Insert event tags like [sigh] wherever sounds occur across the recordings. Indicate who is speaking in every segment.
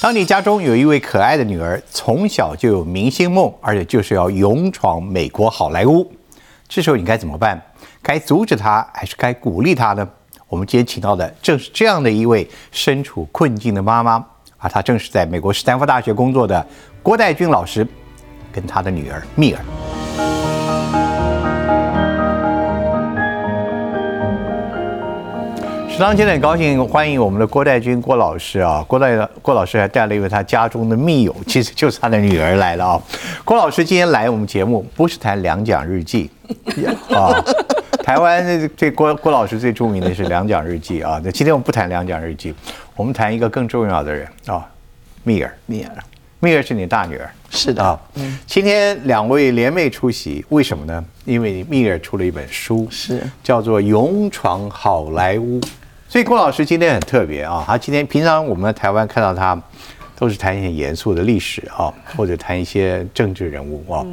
Speaker 1: 当地家中有一位可爱的女儿，从小就有明星梦，而且就是要勇闯美国好莱坞。这时候你该怎么办？该阻止她，还是该鼓励她呢？我们今天请到的正是这样的一位身处困境的妈妈，而她正是在美国斯坦福大学工作的郭代军老师，跟他的女儿蜜儿。食堂今天很高兴欢迎我们的郭代军郭老师啊，郭代郭老师还带了一位他家中的密友， [laughs] 其实就是他的女儿来了啊。郭老师今天来我们节目，不是谈《两蒋日记》啊，台湾这郭郭老师最著名的是《两蒋日记》啊。那今天我们不谈《两蒋日记》，我们谈一个更重要的人啊，密尔。
Speaker 2: 米尔，
Speaker 1: 蜜儿是你大女儿，
Speaker 2: 是的
Speaker 1: 啊。今天两位联袂出席，为什么呢？因为蜜儿出了一本书，
Speaker 2: 是
Speaker 1: 叫做《勇闯好莱坞》。所以郭老师今天很特别啊，他今天平常我们在台湾看到他，都是谈一些严肃的历史啊，
Speaker 2: 嗯
Speaker 1: 或者谈一些政治人物啊。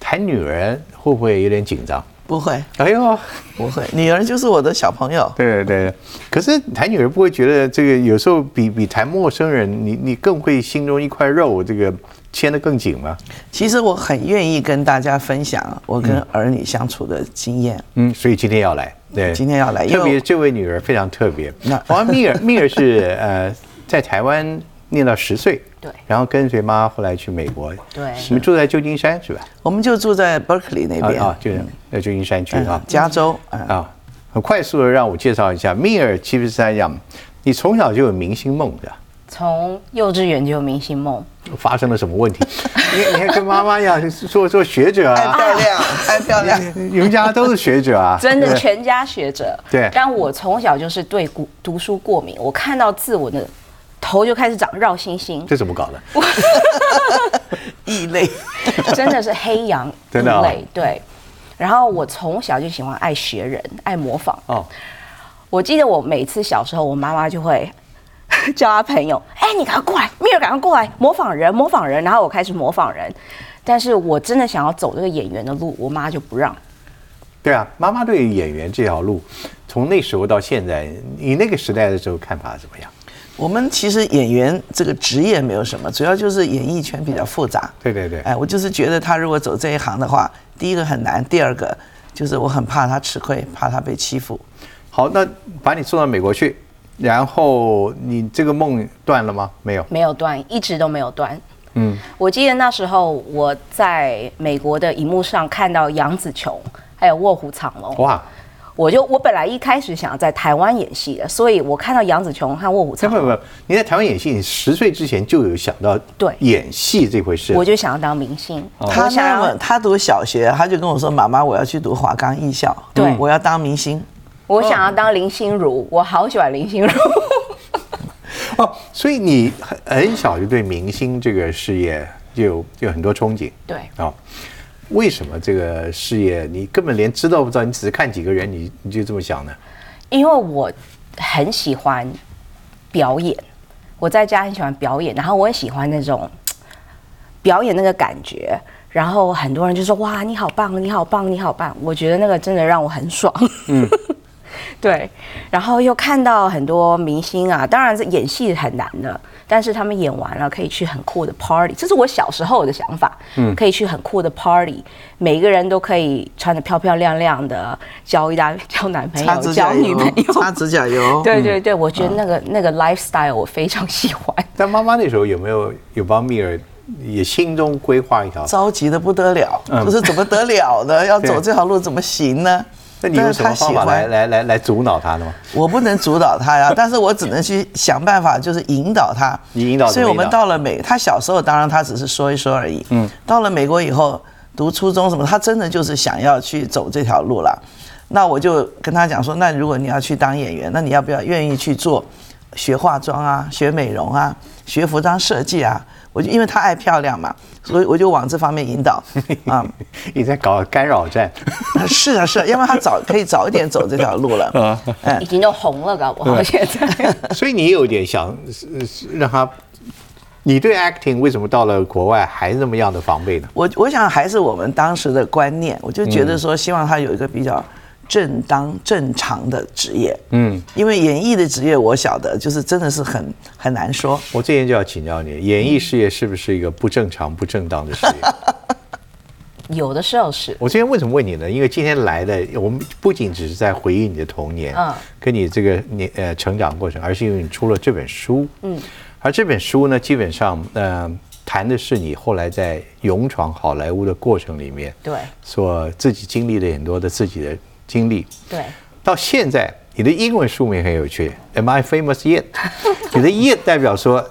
Speaker 1: 谈女人会不会有点紧张？
Speaker 2: 不会
Speaker 1: 哎呦，
Speaker 2: 不会，女儿就是我的小朋友，
Speaker 1: 对对对，可是谈女儿不会觉得这个有时候比比谈陌生人，你你更会心中一块肉这个牵得更紧吗？
Speaker 2: 其实我很愿意跟大家分享我跟儿女相处的经验。
Speaker 1: 嗯，所以今天要来，对，
Speaker 2: 今天要来因为
Speaker 1: 哎特别这位女儿非常特别哦
Speaker 2: 那。
Speaker 1: [laughs] 王蜜儿，蜜儿是呃在台湾念到十岁，
Speaker 3: 对
Speaker 1: 然后跟随妈妈后来去美国，
Speaker 3: 对
Speaker 1: 你们住在旧金山是吧？
Speaker 2: 我们就住在 Berkeley 那
Speaker 1: 啊
Speaker 2: 边，
Speaker 1: 啊，就是在旧金山区
Speaker 2: 嗯
Speaker 1: 啊，
Speaker 2: 加州，嗯，
Speaker 1: 啊，很快速的让我介绍一下，蜜儿其实是来讲，你从小就有明星梦的。
Speaker 3: 从幼稚园就有明
Speaker 1: [laughs]
Speaker 3: 星梦，
Speaker 1: 发生了什么问
Speaker 2: [laughs]
Speaker 1: 题？你你还跟妈妈一样做做学者
Speaker 2: 爱
Speaker 1: 啊？
Speaker 2: 漂 [laughs] 亮，爱漂亮，
Speaker 1: [laughs] 你们家都是学者啊？
Speaker 3: 真的
Speaker 1: 对
Speaker 3: 全家学者。
Speaker 1: 对
Speaker 3: 但我从小就是对古读书过敏，我看到字我的头就开始长绕星星，
Speaker 1: 这怎么搞的？
Speaker 2: 异类，
Speaker 3: [laughs] 真的是黑羊
Speaker 1: 真的啊
Speaker 3: 异类对。然后我从小就喜欢爱学人，爱模仿。
Speaker 1: 哦，
Speaker 3: 我记得我每次小时候，我妈妈就会 [laughs] 叫她朋友：“哎、你赶快过来，蜜儿赶快过来，模仿人，模仿人。”然后我开始模仿人，但是我真的想要走这个演员的路，我妈就不让。
Speaker 1: 对啊，妈妈对演员这条路，从那时候到现在，你那个时代的时候看法怎么样？
Speaker 2: 我们其实演员这个职业没有什么，主要就是演艺圈比较复杂。
Speaker 1: 对对对
Speaker 2: 哎，我就是觉得他如果走这一行的话，第一个很难，第二个就是我很怕他吃亏，怕他被欺负。
Speaker 1: 好，那把你送到美国去，然后你这个梦断了吗？没有。
Speaker 3: 没有断，一直都没有断。嗯，我记得那时候我在美国的荧幕上看到杨紫琼，还有卧虎藏龙，
Speaker 1: 哇，
Speaker 3: 我就我本来一开始想要在台湾演戏的，所以我看到杨紫琼和卧虎
Speaker 1: 这
Speaker 3: 藏
Speaker 1: 不
Speaker 3: 龙，
Speaker 1: 不，你在台湾演戏，你十岁之前就有想到
Speaker 3: 对
Speaker 1: 演戏这回事。
Speaker 3: 我就想要当明星。
Speaker 2: 他
Speaker 3: 哦我想
Speaker 2: 那么
Speaker 3: 要，
Speaker 2: 他读小学，他就跟我说：“妈妈，我要去读华冈艺校，嗯
Speaker 3: 对
Speaker 2: 我要当明星。
Speaker 3: 我想要当林心如，我好喜欢林心如。
Speaker 1: 哦，所以你很很小就对明星这个事业就有就有很多憧憬。
Speaker 3: [laughs] 对，
Speaker 1: 啊、为什么这个事业你根本连知道不知道？你只是看几个人，你你就这么想呢？
Speaker 3: 因为我很喜欢表演，我在家很喜欢表演，然后我也喜欢那种表演那个感觉。然后很多人就说：“哇，你好棒，你好棒，你好棒！”我觉得那个真的让我很爽。嗯， [laughs] 对。然后又看到很多明星啊，当然是演戏很难的，但是他们演完了可以去很酷的 party，这是我小时候的想法。嗯，可以去很酷的 party，每个人都可以穿的漂漂亮亮的，交一大交男朋
Speaker 2: 擦
Speaker 3: 友，
Speaker 2: 指甲
Speaker 3: 交女朋
Speaker 2: 油，
Speaker 3: 友，
Speaker 2: 擦指甲油，
Speaker 3: [laughs] 对对对，我觉得那个、那个 lifestyle 我非常喜欢。
Speaker 1: 但妈妈那时候有没有有帮蜜儿也心中规划一条？
Speaker 2: 着急的不得了，
Speaker 3: 嗯
Speaker 2: 不是怎么得了的，要走这条路怎么行
Speaker 3: [laughs]
Speaker 2: 呢？
Speaker 1: 那你用
Speaker 2: 但是
Speaker 1: 什么
Speaker 2: 他
Speaker 1: 方
Speaker 2: 喜
Speaker 1: 法来
Speaker 2: 欢，
Speaker 1: 来来来阻挠她呢吗？
Speaker 2: 我不能主导
Speaker 1: [laughs]
Speaker 2: 他呀，但是我只能去想办法，就是引导他。
Speaker 1: 你引导怎
Speaker 2: 所以
Speaker 1: 么
Speaker 2: 我
Speaker 1: 引
Speaker 2: 们
Speaker 1: 导
Speaker 2: 到了美，他小时候当然他只是说一说而已。嗯，到了美国以后读初中什么，他真的就是想要去走这条路了。那我就跟他讲说，那如果你要去当演员，那你要不要愿意去做学化妆啊、学美容啊、学服装设计啊？我就因为他爱漂亮嘛，所以我就往这方面
Speaker 1: [laughs]
Speaker 2: 引导啊。
Speaker 1: 你在搞干扰战，
Speaker 2: 是啊，是啊，要不然他早可以早一点走这条路了。
Speaker 3: 已经都红了，搞不好现在。
Speaker 1: 所以你有点想呃让她。你对 acting 为什么到了国外还那么样的防备呢？
Speaker 2: 我我想还是我们当时的观念，我就觉得说，希望他有一个比较正当正常的职业。嗯，因为演艺的职业我晓得，就是真的是很很难说。
Speaker 1: 我这边就要请教你，演艺事业是不是一个不正常、不正当的事业？
Speaker 3: 有的时候是
Speaker 1: 我今天为什么问你呢？因为今天来的我们不仅只是在回忆你的童年，
Speaker 3: 嗯
Speaker 1: 跟你这个年呃成长过程，而是因为你出了这本书，嗯，而这本书呢，基本上呃谈的是你后来在勇闯好莱坞的过程里面，
Speaker 3: 对
Speaker 1: 所自己经历了很多的自己的经历，
Speaker 3: 对，
Speaker 1: 到现在你的英文书名很有趣，Am I famous yet？你 [laughs] 的 yet 代表说。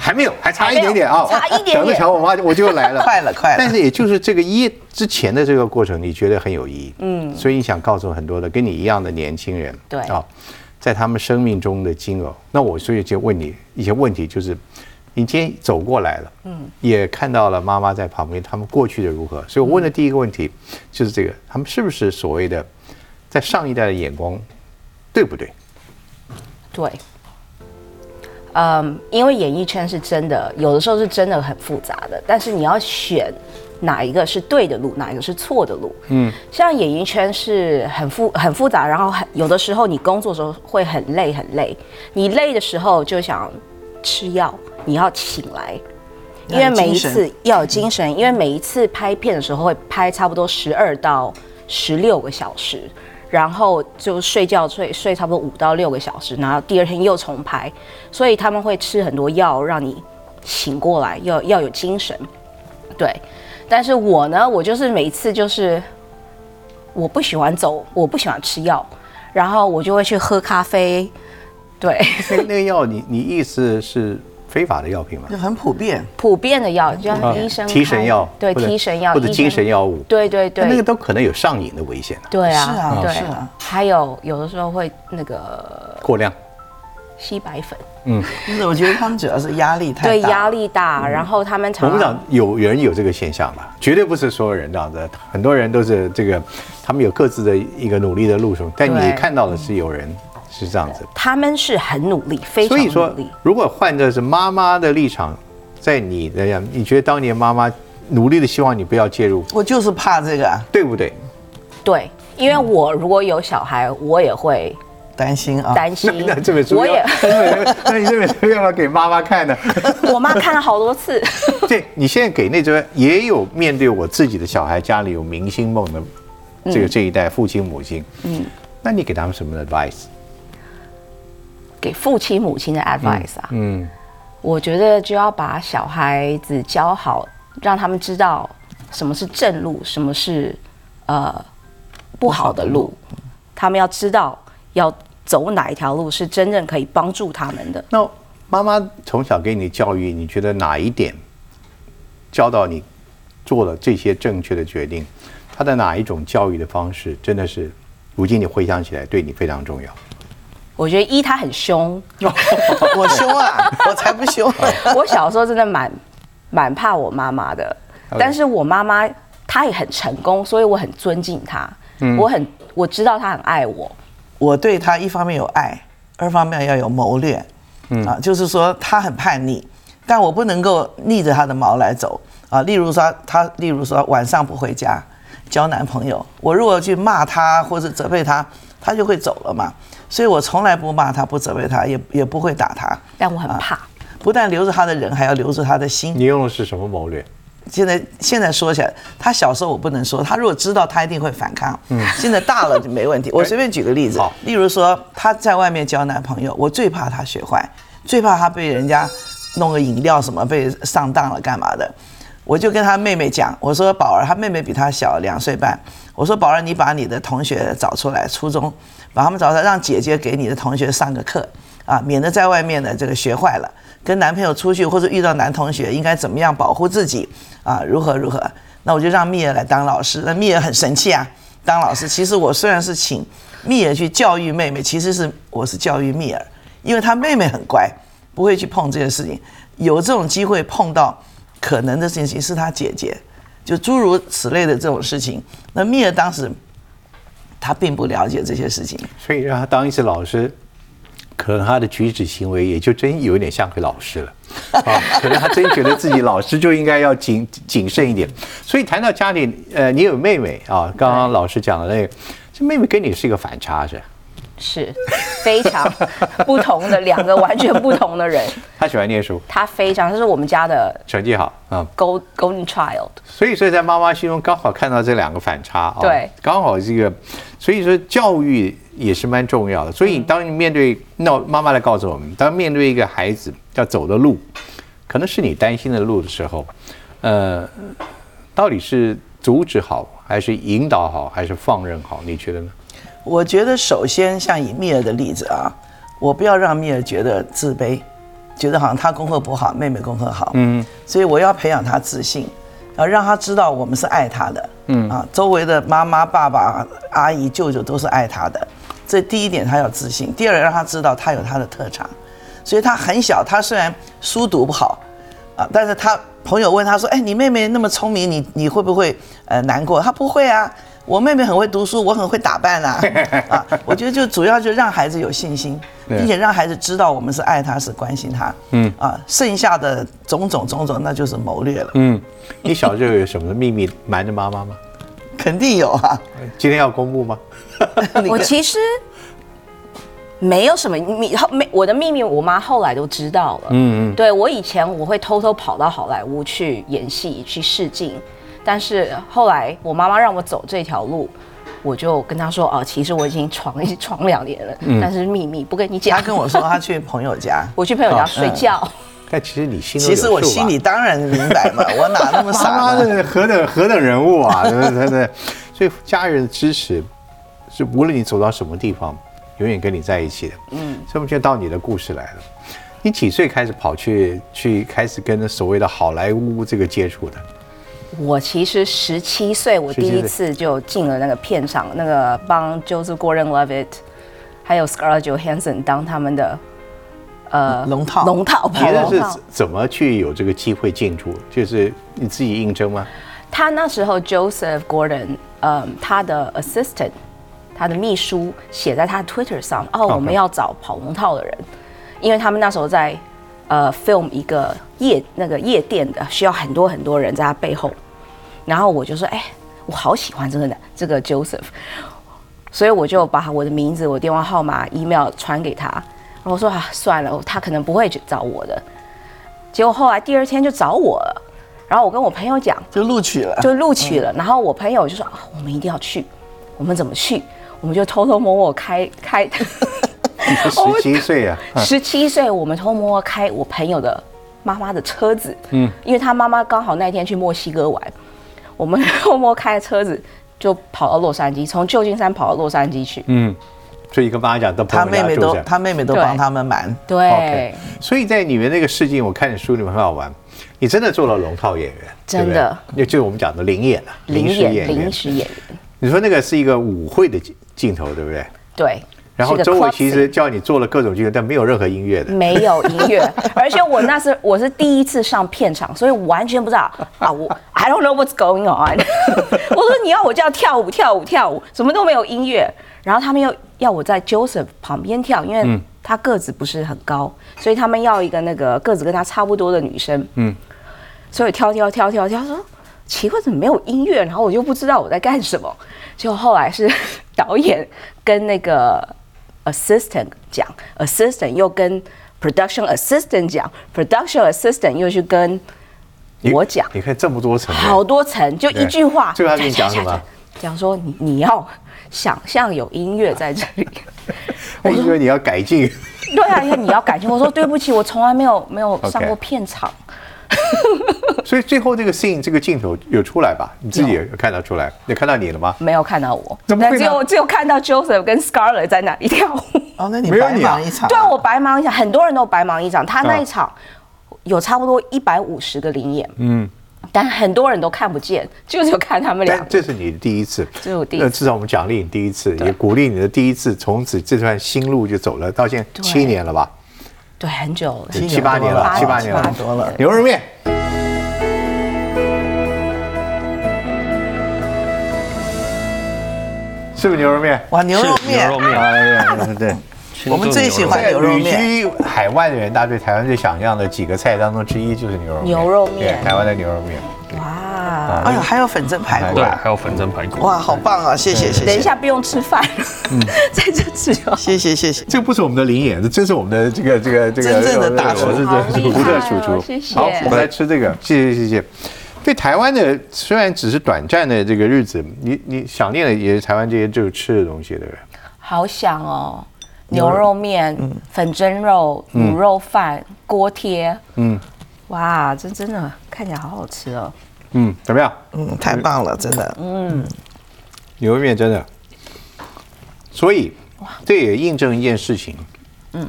Speaker 1: 还没有，还差一点点啊、
Speaker 3: 还没有差一点点
Speaker 1: 等着瞧，我妈我就来
Speaker 3: [laughs]
Speaker 1: 了，
Speaker 2: 快了快了
Speaker 1: 但是也就是这个一之前的这个过程，你觉得很有意义，嗯，所以你想告诉很多的跟你一样的年轻人，啊
Speaker 3: 对
Speaker 1: 在他们生命中的金额，那我所以就问你一些问题，就是你今天走过来了，嗯，也看到了妈妈在旁边，他们过去的如何，所以我问的第一个问题就是这个，他们是不是所谓的在上一代的眼光对不对？
Speaker 3: 对，嗯，因为演艺圈是真的，有的时候是真的很复杂的，但是你要选哪一个是对的路，哪一个是错的路。嗯，像演艺圈是很复很复杂，然后很有的时候你工作的时候会很累很累，你累的时候就想吃药，你要醒来。因为
Speaker 2: 要有精
Speaker 3: 每一
Speaker 2: 神
Speaker 3: 次要有精神，因为每一次拍片的时候会拍差不多十二到十六个小时，然后就睡觉睡睡差不多五到六个小时，然后第二天又重拍，所以他们会吃很多药让你醒过来，要要有精神。对，但是我呢，我就是每次就是我不喜欢走，我不喜欢吃药，然后我就会去喝咖啡。对， [laughs]
Speaker 1: 那那个药你，你意思是非法的药品吗？
Speaker 2: 就很普遍，
Speaker 3: 普遍的药，就像
Speaker 1: 啊
Speaker 3: [laughs] 医生
Speaker 1: 提神
Speaker 3: 开
Speaker 1: 药，
Speaker 3: 对
Speaker 1: 或者
Speaker 3: 提神药
Speaker 1: 或者
Speaker 3: 医
Speaker 1: 精
Speaker 3: 生
Speaker 1: 神药物，
Speaker 3: 对对对，
Speaker 1: 那个都可能有上瘾的危险啊，
Speaker 3: 对啊，
Speaker 2: 是啊
Speaker 3: 对
Speaker 2: 是啊
Speaker 3: 还有有的时候会那个
Speaker 1: 过量。
Speaker 3: 吸白粉，
Speaker 2: 就是我觉得他们主要是压力太大。
Speaker 3: 对压力大，然后他们
Speaker 1: 我
Speaker 3: 常
Speaker 1: 们
Speaker 3: 常
Speaker 1: 讲有人有这个现象吧，绝对不是所有人这样子，很多人都是这个，他们有各自的一个努力的路程，但你
Speaker 3: 对
Speaker 1: 看到的是有人是这样子，
Speaker 3: 他们是很努力，嗯非
Speaker 1: 所
Speaker 3: 常
Speaker 1: 以说
Speaker 3: 努力，，
Speaker 1: 如果换的是妈妈的立场，在你的样，你觉得当年妈妈努力的希望你不要介入，
Speaker 2: 我就是怕这个啊，
Speaker 1: 对不对？
Speaker 3: 对，因为我如果有小孩，我也会
Speaker 2: 担心啊。
Speaker 3: 担心，
Speaker 1: 那这本书
Speaker 3: 嗯我
Speaker 1: 要
Speaker 3: 也，
Speaker 1: [laughs] 那你这本书要不要给妈妈看呢？
Speaker 3: 我妈看了好多次，
Speaker 1: [laughs] 对你现在给那边也有面对我自己的小孩，家里有明星梦的这个这一代父亲母亲，嗯，那你给他们什么 advice？
Speaker 3: 给父亲母亲的 advice 啊，嗯，我觉得就要把小孩子教好，让他们知道什么是正路，什么是呃不好的路，他们要知道要走哪一条路是真正可以帮助他们的。
Speaker 1: 那妈妈从小给你的教育，你觉得哪一点教到你做了这些正确的决定？她的哪一种教育的方式真的是，如今你回想起来对你非常重要？
Speaker 3: 我觉得一他很 [laughs] 凶，
Speaker 2: 我凶啊，我才不凶。
Speaker 3: 我小时候真的蛮蛮怕我妈妈的，但是我妈妈她也很成功，所以我很尊敬她，我很我知道她很爱我，
Speaker 2: 我对他一方面有爱，二方面要有谋略，
Speaker 1: 嗯
Speaker 2: 啊，就是说他很叛逆，但我不能够逆着他的毛来走啊。例如说他，例如说晚上不回家，交男朋友，我如果去骂他或者责备他，他就会走了嘛。所以我从来不骂他，不责备他，也也不会打他。
Speaker 3: 但我很怕。
Speaker 2: 不但留着他的人，还要留着他的心。
Speaker 1: 你用的是什么谋略？
Speaker 2: 现在现在说起来，他小时候我不能说，他如果知道，他一定会反抗。嗯，现在大了就没
Speaker 1: [laughs]
Speaker 2: 问题。我随便举个例子
Speaker 1: 好，
Speaker 2: 例如说他在外面交男朋友，我最怕他学坏，最怕他被人家弄个饮料什么被上当了干嘛的。我就跟他妹妹讲，我说宝儿，他妹妹比他小两岁半，我说宝儿，你把你的同学找出来，初中把他们找出来，让姐姐给你的同学上个课啊，免得在外面的这个学坏了，跟男朋友出去或者遇到男同学应该怎么样保护自己啊，如何如何。那我就让蜜儿来当老师，那蜜儿很神气啊，当老师。其实我虽然是请蜜儿去教育妹妹，其实是我是教育蜜儿，因为她妹妹很乖，不会去碰这些事情。有这种机会碰到可能的事情是她姐姐，就诸如此类的这种事情。那蜜儿当时她并不了解这些事情，
Speaker 1: 所以让他当一次老师，可能他的举止行为也就真有一点像个老师了。啊，可能他真觉得自己老师就应该要谨谨慎一点。所以谈到家里，呃，你有妹妹啊，刚刚老师讲的那个，这妹妹跟你是一个反差是吧？
Speaker 3: 是非常不同的两个完全不同的人。
Speaker 1: 她喜欢念书，
Speaker 3: 他非常，他是我们家的
Speaker 1: 成绩好啊、嗯
Speaker 3: gold golden child。
Speaker 1: 所以说在妈妈心中刚好看到这两个反差啊、
Speaker 3: 对
Speaker 1: 刚好这个，所以说教育也是蛮重要的。所以当你面对，那妈妈来告诉我们，当面对一个孩子要走的路，可能是你担心的路的时候，呃，到底是阻止好，还是引导好，还是放任好？你觉得呢？
Speaker 2: 我觉得首先像以蜜儿的例子啊，我不要让蜜儿觉得自卑，觉得好像她功课不好，妹妹功课好，嗯，所以我要培养她自信，然后让她知道我们是爱她的，嗯啊，周围的妈妈、爸爸、阿姨、舅舅都是爱她的，这第一点她要自信，第二让她知道她有她的特长，所以她很小，她虽然书读不好，啊，但是他朋友问他说：“哎，你妹妹那么聪明，你你会不会呃难过？”他不会啊，我妹妹很会读书，我很会打
Speaker 1: [laughs]
Speaker 2: 扮啊。啊，我觉得就主要就让孩子有信心，
Speaker 1: 对
Speaker 2: 并且让孩子知道我们是爱他，是关心他。嗯啊，剩下的种种种种，那就是谋略了，
Speaker 1: 嗯，你小时候有什么秘密瞒着妈妈吗？
Speaker 2: 肯定有
Speaker 3: [laughs]
Speaker 2: 啊。
Speaker 1: 今天要公布吗？
Speaker 2: 你
Speaker 3: 我
Speaker 2: 看
Speaker 3: 其实没有什么秘后没我的秘密，我妈后来都知道了。嗯嗯，对我以前我会偷偷跑到好莱坞去演戏去试镜，但是后来我妈妈让我走这条路。我就跟她说哦，其实我已经闯闯两年了，但是秘密不跟你讲。
Speaker 2: 他跟我说，他去朋友
Speaker 3: [laughs]
Speaker 2: 家，
Speaker 3: 我去朋友家睡觉，
Speaker 1: 但其实你心中
Speaker 2: 其
Speaker 1: 有
Speaker 2: 实我
Speaker 1: 数吧
Speaker 2: 心里当然明白嘛，我哪那么傻
Speaker 1: [laughs] 妈妈
Speaker 2: 呢？ [laughs]
Speaker 1: 的何等何等人物啊，对不对对不对？所以家人的支持是无论你走到什么地方，永远跟你在一起的。嗯，所以我们就到你的故事来了。你几岁开始跑去去开始跟所谓的好莱坞这个接触的？
Speaker 3: 我其实十七岁，我第
Speaker 1: 17
Speaker 3: 一次就进了那个片场，那个帮 Joseph Gordon-Levitt 还有 Scarlett Johansson 当他们的呃
Speaker 2: 龙套
Speaker 3: 龙套
Speaker 1: 你
Speaker 3: 跑
Speaker 1: 那
Speaker 3: 龙
Speaker 1: 是
Speaker 3: 套。
Speaker 1: 怎么去有这个机会进驻？就是你自己应征吗？
Speaker 3: 他那时候 Joseph Gordon，呃，他的 assistant，他的秘书写在他的 Twitter 上，哦，我们要找跑龙套的人，因为他们那时候在呃 film 一个夜那个夜店的，需要很多很多人在他背后。然后我就说，哎，我好喜欢这个男这个 Joseph，所以我就把我的名字、我电话号码、email 传给他。然后我说啊，算了，他可能不会去找我的。结果后来第二天就找我了，然后我跟我朋友讲，
Speaker 2: 就录取了。
Speaker 3: 就录取
Speaker 1: 嗯
Speaker 3: 了。然后我朋友就说、啊，我们一定要去，我们怎么去？我们就偷偷摸摸开开，
Speaker 1: 你
Speaker 2: 哦
Speaker 3: 我
Speaker 1: 十七
Speaker 3: [laughs]
Speaker 1: 岁啊，
Speaker 3: 十七岁我们偷偷摸摸开我朋友的妈妈的车子，嗯，因为他妈妈刚好那天去墨西哥玩，我们偷摸开车子就跑到洛杉矶，从旧金山跑到洛杉矶去，
Speaker 1: 嗯，所以跟妈妈讲到朋
Speaker 2: 他
Speaker 1: 友
Speaker 2: 妹
Speaker 1: 家
Speaker 2: 妹
Speaker 1: 住
Speaker 2: 都
Speaker 1: 着，
Speaker 2: 他妹妹都
Speaker 3: 对
Speaker 2: 帮他们瞒。
Speaker 3: 对
Speaker 1: OK，所以在你们那个试镜，我看你书里面很好玩，你真的做了龙套演员，
Speaker 3: 真
Speaker 1: 对不对
Speaker 3: 的，
Speaker 1: 也就是我们讲的灵演啊，
Speaker 3: 零
Speaker 1: 时
Speaker 3: 演
Speaker 1: 演员
Speaker 3: 临。时演员，
Speaker 1: 你说那个是一个舞会的镜镜头，对不对？
Speaker 3: 对。
Speaker 1: 然后
Speaker 3: 是个
Speaker 1: 周围
Speaker 3: club
Speaker 1: 其
Speaker 3: scene 嗯
Speaker 1: 实叫你做了各种镜头，但没有任何音乐的。
Speaker 3: 没有音乐， [laughs] 而且我那是我是第一次上片场，所以完全不知道啊，我 I don't know what's going on。我 [laughs] 说你要我这样跳舞跳舞跳舞，什么都没有音乐，然后他们又要我在 Joseph 旁边跳，因
Speaker 1: 嗯
Speaker 3: 为他个子不是很高，所以他们要一个那个个子跟他差不多的女生。嗯，所以跳跳跳跳跳，说奇怪怎么没有音乐，然后我就不知道我在干什么。就后来是导演跟那个 assistant 讲，assistant 又跟 production assistant 讲，production assistant 又去跟
Speaker 1: 你
Speaker 3: 我讲，
Speaker 1: 你看这么多层面，
Speaker 3: 好多层，就一句话。
Speaker 1: 最后他跟你讲什么？
Speaker 3: 讲说你你要想象有音乐在这里。
Speaker 1: 我以哎为你要改进， [laughs]
Speaker 3: 对啊，因为你要感情。我说对不起，我从来没有没有
Speaker 1: OK
Speaker 3: 上过片场。
Speaker 1: 所以最后这个 scene 这个镜头有出来吧？你自己有看到出来，有看到你了吗？
Speaker 3: 没有看到我，
Speaker 1: 怎么会
Speaker 3: 那只
Speaker 1: 呢
Speaker 3: 有只有看到 Joseph 跟 Scarlett 在那里跳舞。
Speaker 2: 哦，那你
Speaker 1: 没有
Speaker 2: 白
Speaker 1: 你啊
Speaker 2: 忙一场啊。
Speaker 3: 对，我白忙一场，很多人都白忙一场。他那一场有差不多一百五十个灵眼，嗯，但很多人都看不见，就只有看他们俩
Speaker 1: 但。这是你的第一次，
Speaker 3: 这是我第一次
Speaker 1: 那至少我们奖励你第一次，
Speaker 3: 对
Speaker 1: 也鼓励你的第一次，从此这段新路就走了，到现在
Speaker 3: 对
Speaker 1: 七年了吧？
Speaker 3: 对，很久了。
Speaker 1: 七七八年了，
Speaker 3: 八
Speaker 1: 七八
Speaker 3: 年
Speaker 1: 年了，
Speaker 2: 多了
Speaker 1: 牛肉面。是不是牛肉面？
Speaker 2: 哇，牛肉
Speaker 4: 是
Speaker 2: 面
Speaker 4: 牛肉面，
Speaker 1: 哎，对，
Speaker 4: 全
Speaker 2: 我们
Speaker 4: 都是
Speaker 2: 最
Speaker 4: 牛
Speaker 2: 喜
Speaker 4: 肉
Speaker 2: 欢
Speaker 1: 在
Speaker 4: 面
Speaker 2: 牛肉
Speaker 1: 旅
Speaker 2: 面
Speaker 1: 居海外的人，大家对台湾最想象的几个菜当中之一就是牛肉面。
Speaker 3: 牛肉面
Speaker 1: 对，台湾的牛肉面。
Speaker 3: 哇，
Speaker 1: 啊
Speaker 2: 哎呦，还有粉蒸排骨
Speaker 1: 对
Speaker 4: 对，
Speaker 2: 啊！
Speaker 4: 还有粉蒸排骨。
Speaker 2: 哇，好棒啊！谢谢谢
Speaker 3: 等一
Speaker 2: 谢
Speaker 3: 下不用吃饭， [laughs] 在这吃就好。
Speaker 2: 谢谢谢谢。
Speaker 1: 这不是我们的灵眼，这是我们的这个这个这个
Speaker 2: 真正的大厨
Speaker 1: 我是
Speaker 3: 好
Speaker 1: 这
Speaker 3: 厉
Speaker 1: 胡
Speaker 3: 害哦
Speaker 1: 特主厨。
Speaker 3: 谢谢
Speaker 1: 好，我们来吃这个，谢谢谢谢。对台湾的虽然只是短暂的这个日子，你你想念的也是台湾这些就是吃的东西，对不对？
Speaker 3: 好想哦，牛肉面、粉蒸肉、卤肉饭、锅贴，
Speaker 1: 嗯
Speaker 3: 哇，这真的看起来好好吃哦。
Speaker 1: 嗯，怎么样？
Speaker 2: 嗯，太棒了，真的。
Speaker 3: 嗯
Speaker 1: 牛肉面真的，所以这也印证一件事情，嗯，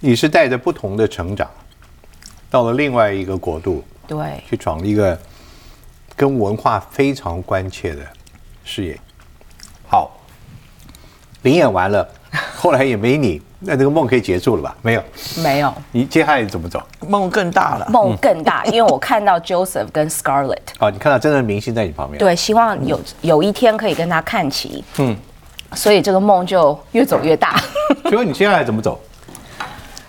Speaker 1: 你是带着不同的成长，到了另外一个国度，
Speaker 3: 对，
Speaker 1: 去闯了一个跟文化非常关切的事业。好，领演完了，后来也没你，那这个梦可以结束了吧？没有，
Speaker 3: 没有
Speaker 1: 你接下来怎么走？
Speaker 2: 梦更大了，
Speaker 3: 梦更大，因为我看到 Joseph 跟 Scarlett，
Speaker 1: 啊，你看到真正的明星在你旁边，
Speaker 3: 对，希望有有一天可以跟他看齐，
Speaker 1: 嗯，
Speaker 3: 所以这个梦就越走越大。
Speaker 1: 所以你接下来怎么走？
Speaker 3: [laughs]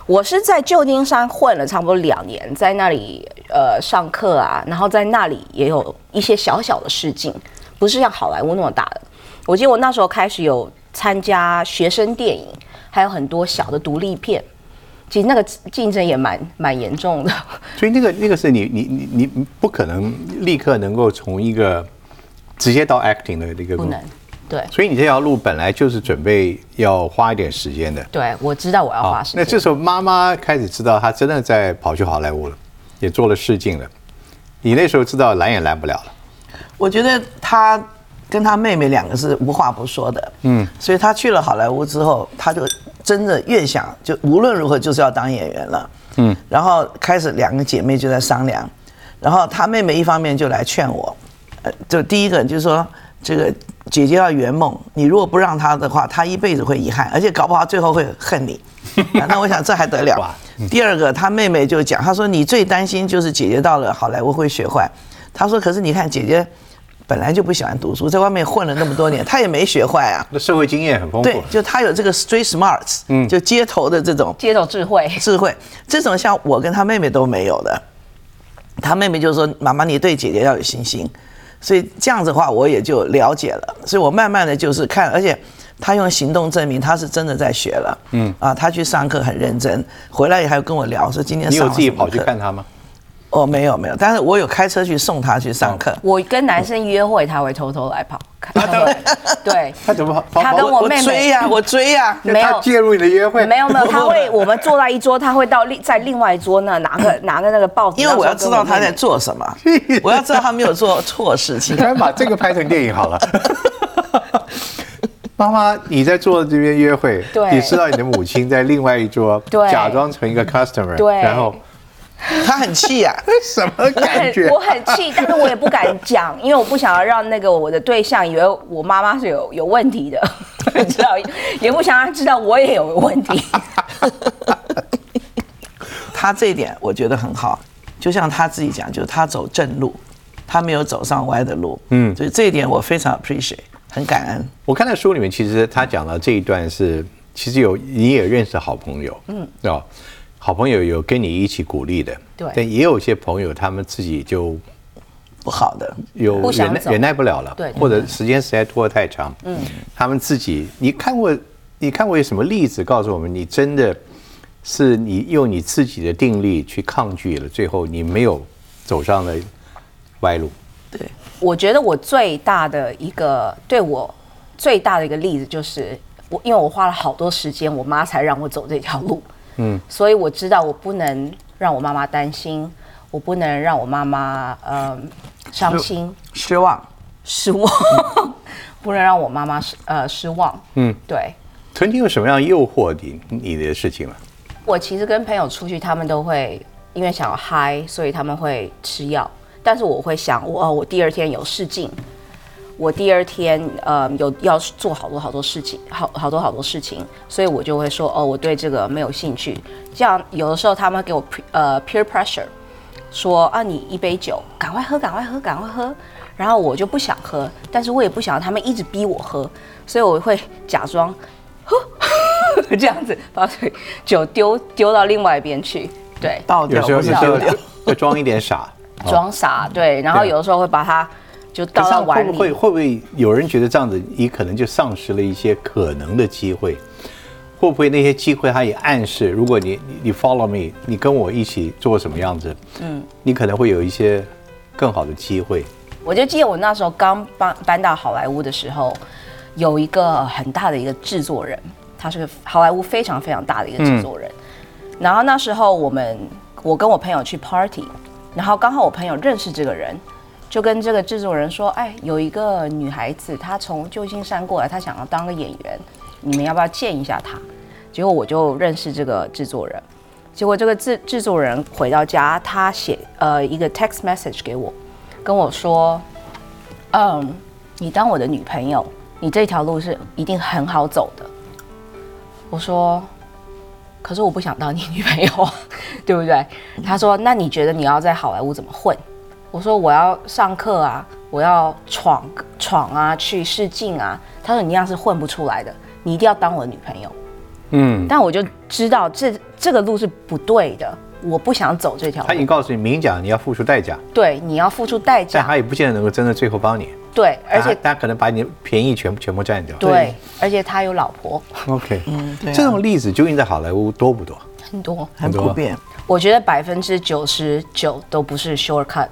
Speaker 3: 我是在旧金山混了差不多两年，在那里呃上课啊，然后在那里也有一些小小的试镜，不是像好莱坞那么大的。我记得我那时候开始有参加学生电影，还有很多小的独立片，其实那个竞争也蛮蛮严重的。
Speaker 1: 所以那个那个是你你你你不可能立刻能够从一个直接到 acting 的这个路
Speaker 3: [laughs] 不能，对
Speaker 1: 所以你这条路本来就是准备要花一点时间的。
Speaker 3: 对，我知道我要花时
Speaker 1: 那
Speaker 3: 间。
Speaker 1: 这时候妈妈开始知道她真的在跑去好莱坞了，也做了试镜了。你那时候知道拦也拦不了了，
Speaker 2: 我觉得他跟他妹妹两个是无话不说的，嗯，所以他去了好莱坞之后，他就真的越想就无论如何就是要当演员了，嗯，然后开始两个姐妹就在商量，然后他妹妹一方面就来劝我，呃，就第一个就是说这个姐姐要圆梦，你如果不让她的话，她一辈子会遗憾，而且搞不好最后会恨 [laughs] 你。啊那我想这还得了
Speaker 1: 哇？
Speaker 2: 第二个，他妹妹就讲，她说你最担心就是姐姐到了好莱坞会学坏。她说，可是你看姐姐本来就不喜欢读书，在外面混了那么多年，她也没学
Speaker 1: [laughs]
Speaker 2: 坏啊。
Speaker 1: 那社会经验很丰
Speaker 2: 对
Speaker 1: 富，。
Speaker 2: 就她有这个 street smarts，嗯，就街头的这种
Speaker 3: 街头智慧，
Speaker 2: 智慧，这种像我跟她妹妹都没有的。她妹妹就说：“妈妈，你对姐姐要有信心。”所以这样子的话，我也就了解了。所以我慢慢的就是看，而且她用行动证明她是真的在学了。嗯啊，她去上课很认真，回来也还有跟我聊说今天
Speaker 1: 你
Speaker 2: 上
Speaker 1: 有
Speaker 2: 了
Speaker 1: 自己
Speaker 2: 什么
Speaker 1: 跑去
Speaker 2: 课
Speaker 1: 看她吗？
Speaker 2: 哦，没有没有，但是我有开车去送她去上
Speaker 1: 哦
Speaker 2: 课。
Speaker 3: 我跟男生约会，他会偷偷来跑，看
Speaker 2: 啊 [laughs]
Speaker 3: 对，
Speaker 1: 她怎么跑？跑
Speaker 3: 他跟
Speaker 1: 跑
Speaker 3: 我妹妹
Speaker 2: 追呀、我追
Speaker 3: [laughs]
Speaker 2: 呀、
Speaker 3: 没
Speaker 1: 她
Speaker 3: 有
Speaker 1: 介入你的约会？
Speaker 3: 没有没有，
Speaker 2: [laughs]
Speaker 3: 他会我们坐在一桌，他会到另在另外一桌那拿个拿个那个报纸，
Speaker 2: 因为我要知道
Speaker 3: 他
Speaker 2: 她
Speaker 3: [laughs]
Speaker 2: 在做什么，我要知道她没有做错事情
Speaker 1: 你。赶紧把这个拍成电影
Speaker 3: [laughs]
Speaker 1: 好了。妈妈，你在做这边约会，
Speaker 3: 对
Speaker 1: 你知道你的母亲在另外一桌，
Speaker 3: 对
Speaker 1: 假装成一个 customer，
Speaker 3: 对
Speaker 1: 然
Speaker 3: [laughs]
Speaker 1: 后
Speaker 2: 她很气呀、
Speaker 1: 什么感觉
Speaker 3: 很？我很
Speaker 2: [laughs]
Speaker 3: 气，但是我也不敢讲，因为我不想要让那个我的对象以为我妈妈是有有问题的， [laughs] 你知道，也不想让他知道我也有问题。
Speaker 2: 他这一点我觉得很好，就像他自己讲，就是他走正路，他没有走上歪的路。嗯，所以这一点我非常 appreciate，很感恩。
Speaker 1: 我看到书里面，其实他讲到这一段是，其实有你也认识好朋友，嗯，哦，好朋友有跟你一起鼓励的，
Speaker 3: 对
Speaker 1: 但也有些朋友他们自己就
Speaker 2: 不好的，
Speaker 1: 有
Speaker 3: 不想
Speaker 1: 忍耐
Speaker 3: 走
Speaker 1: 忍耐不了了，
Speaker 3: 对对
Speaker 1: 或者时间实在拖得太长，嗯，他们自己，你看过你看过有什么例子告诉我们，你真的是你用你自己的定力去抗拒了，最后你没有走上了歪路，
Speaker 2: 对，
Speaker 3: 我觉得我最大的一个对我最大的一个例子就是我，因为我花了好多时间，我妈才让我走这条路。嗯，所以我知道我不能让我妈妈担心，我不能让我妈妈嗯伤心
Speaker 2: 失望。
Speaker 3: 失望， [laughs] 不能让我妈妈失呃失望。嗯，对
Speaker 1: 曾经有什么样诱惑你你的事情吗？
Speaker 3: 我其实跟朋友出去，他们都会因为想要嗨，所以他们会吃药，但是我会想，我哦，我第二天有试镜，我第二天呃有要做好多好多事情，好好多好多事情，所以我就会说哦，我对这个没有兴趣。这样有的时候他们给我 pre- 呃 peer pressure，说啊你一杯酒，赶快喝，赶快喝，赶快喝。然后我就不想喝，但是我也不想让他们一直逼我喝，所以我会假装喝 [laughs] 这样子，把水酒丢丢到另外一边去。对，
Speaker 2: 倒
Speaker 1: 有
Speaker 2: 掉，
Speaker 1: 时候
Speaker 3: 哦
Speaker 2: 不是
Speaker 1: 有时
Speaker 2: 丢
Speaker 1: 候
Speaker 2: 掉。
Speaker 1: 要装一点傻，
Speaker 3: 装傻，对，然后
Speaker 1: 哦对啊
Speaker 3: 有的时候会把它就
Speaker 1: 可
Speaker 3: 倒
Speaker 1: 是
Speaker 3: 到
Speaker 1: 会
Speaker 3: 碗
Speaker 1: 不
Speaker 3: 里。
Speaker 1: 会会不会有人觉得这样子，你可能就丧失了一些可能的机会？会不会那些机会，他也暗示，如果你你你 follow me，你跟我一起做什么样子，嗯，你可能会有一些更好的机会。
Speaker 3: 我就记得我那时候刚搬搬到好莱坞的时候，有一个很大的一个制作人，他是个好莱坞非常非常大的一个制作人。然后那时候我们，我跟我朋友去 party，然后刚好我朋友认识这个人，就跟这个制作人说：“哎，有一个女孩子，她从旧金山过来，她想要当个演员，你们要不要见一下她？”结果我就认识这个制作人。结果这个制制作人回到家，他写呃一个 text message 给我，跟我说，嗯，你当我的女朋友，你这条路是一定很好走的。我说，可是我不想当你女朋友啊， [laughs] 对不对？他说，那你觉得你要在好莱坞怎么混？我说我要上课啊，我要闯闯啊，去试镜啊。他说你那样是混不出来的，你一定要当我的女朋友。
Speaker 1: 嗯，
Speaker 3: 但我就知道这这个路是不对的，我不想走这条
Speaker 1: 他已经
Speaker 3: 路。
Speaker 1: 告诉你明讲你要付出代价，
Speaker 3: 对，你要付出代
Speaker 1: 但
Speaker 3: 价。
Speaker 1: 他也不见得能够真的最后帮你，
Speaker 3: 对，而且
Speaker 1: 他他可能把你的便宜全部全部占掉。
Speaker 3: 对，而且他有老婆，
Speaker 1: [laughs]
Speaker 3: [laughs]
Speaker 1: ，OK，
Speaker 2: 嗯对啊
Speaker 1: 这种例子究竟在好莱坞多不多？
Speaker 3: 很多。
Speaker 2: 很
Speaker 1: 多啊
Speaker 2: 普遍。
Speaker 3: 我觉得百分之九十九都不是 shortcut，